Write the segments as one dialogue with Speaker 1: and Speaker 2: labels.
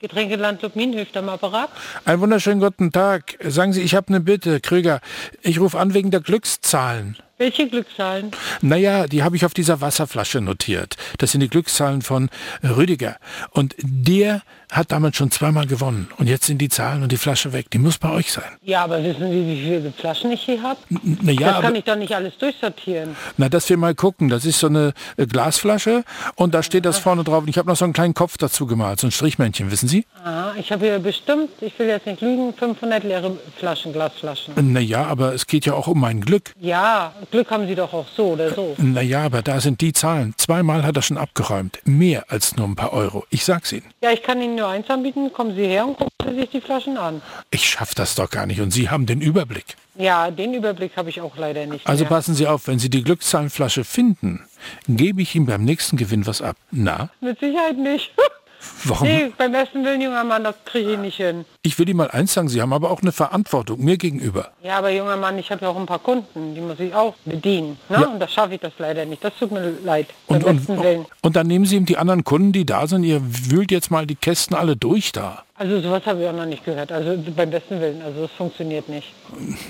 Speaker 1: Getränkeland Lubminhöft am Apparat.
Speaker 2: Einen wunderschönen guten Tag. Sagen Sie, ich habe eine Bitte, Krüger. Ich rufe an wegen der Glückszahlen.
Speaker 1: Welche Glückszahlen?
Speaker 2: Naja, die habe ich auf dieser Wasserflasche notiert. Das sind die Glückszahlen von Rüdiger. Und der hat damals schon zweimal gewonnen. Und jetzt sind die Zahlen und die Flasche weg. Die muss bei euch sein.
Speaker 1: Ja, aber wissen Sie, wie viele Flaschen ich hier habe?
Speaker 2: Naja,
Speaker 1: das kann
Speaker 2: aber,
Speaker 1: ich doch nicht alles durchsortieren.
Speaker 2: na, dass wir mal gucken. Das ist so eine äh, Glasflasche und da steht das vorne drauf. Und ich habe noch so einen kleinen Kopf dazu gemalt, so ein Strichmännchen, wissen Sie?
Speaker 1: Aha, Ah, ich habe hier bestimmt, ich will jetzt nicht lügen, 500 leere Flaschen, Glasflaschen.
Speaker 2: Naja, aber es geht ja auch um mein Glück.
Speaker 1: Ja, Glück haben Sie doch auch so oder so.
Speaker 2: Naja, aber da sind die Zahlen. Zweimal hat er schon abgeräumt. Mehr als nur ein paar Euro. Ich sag's Ihnen.
Speaker 1: Ja, ich kann Ihnen nur eins anbieten, kommen Sie her und gucken Sie sich die Flaschen an.
Speaker 2: Ich schaff das doch gar nicht und Sie haben den Überblick.
Speaker 1: Ja, den Überblick habe ich auch leider nicht
Speaker 2: Also
Speaker 1: mehr.
Speaker 2: passen Sie auf, wenn Sie die Glückszahlenflasche finden, gebe ich ihm beim nächsten Gewinn was ab. Na,
Speaker 1: Mit Sicherheit nicht.
Speaker 2: warum?
Speaker 1: nee, beim besten Willen, junger Mann, das kriege ich nicht hin.
Speaker 2: Ich will Ihnen mal eins sagen, Sie haben aber auch eine Verantwortung mir gegenüber.
Speaker 1: Ja, aber junger Mann, ich habe ja auch ein paar Kunden, die muss ich auch bedienen. Ne? Und da schaffe ich das leider nicht. Das tut mir leid.
Speaker 2: Und,
Speaker 1: beim
Speaker 2: und,
Speaker 1: besten Willen.
Speaker 2: und dann nehmen Sie ihm die anderen Kunden, die da sind, ihr wühlt jetzt mal die Kästen alle durch da.
Speaker 1: Also sowas habe ich auch noch nicht gehört. Also beim besten Willen. Also das funktioniert nicht.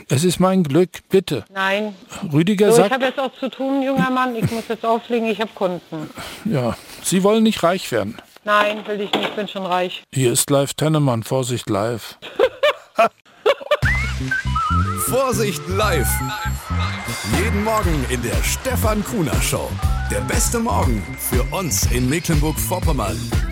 Speaker 2: Es ist mein Glück, bitte.
Speaker 1: Nein. So,
Speaker 2: Rüdiger
Speaker 1: ich
Speaker 2: sagt,
Speaker 1: habe jetzt auch zu tun, junger Mann. Ich muss jetzt auflegen. Ich habe Kunden.
Speaker 2: ja, Sie wollen nicht reich werden.
Speaker 1: Nein, will ich nicht. Bin schon reich.
Speaker 2: Hier ist live Tennemann, Vorsicht live.
Speaker 3: Vorsicht live. Jeden Morgen in der Stefan Kuhner Show. Der beste Morgen für uns in Mecklenburg-Vorpommern.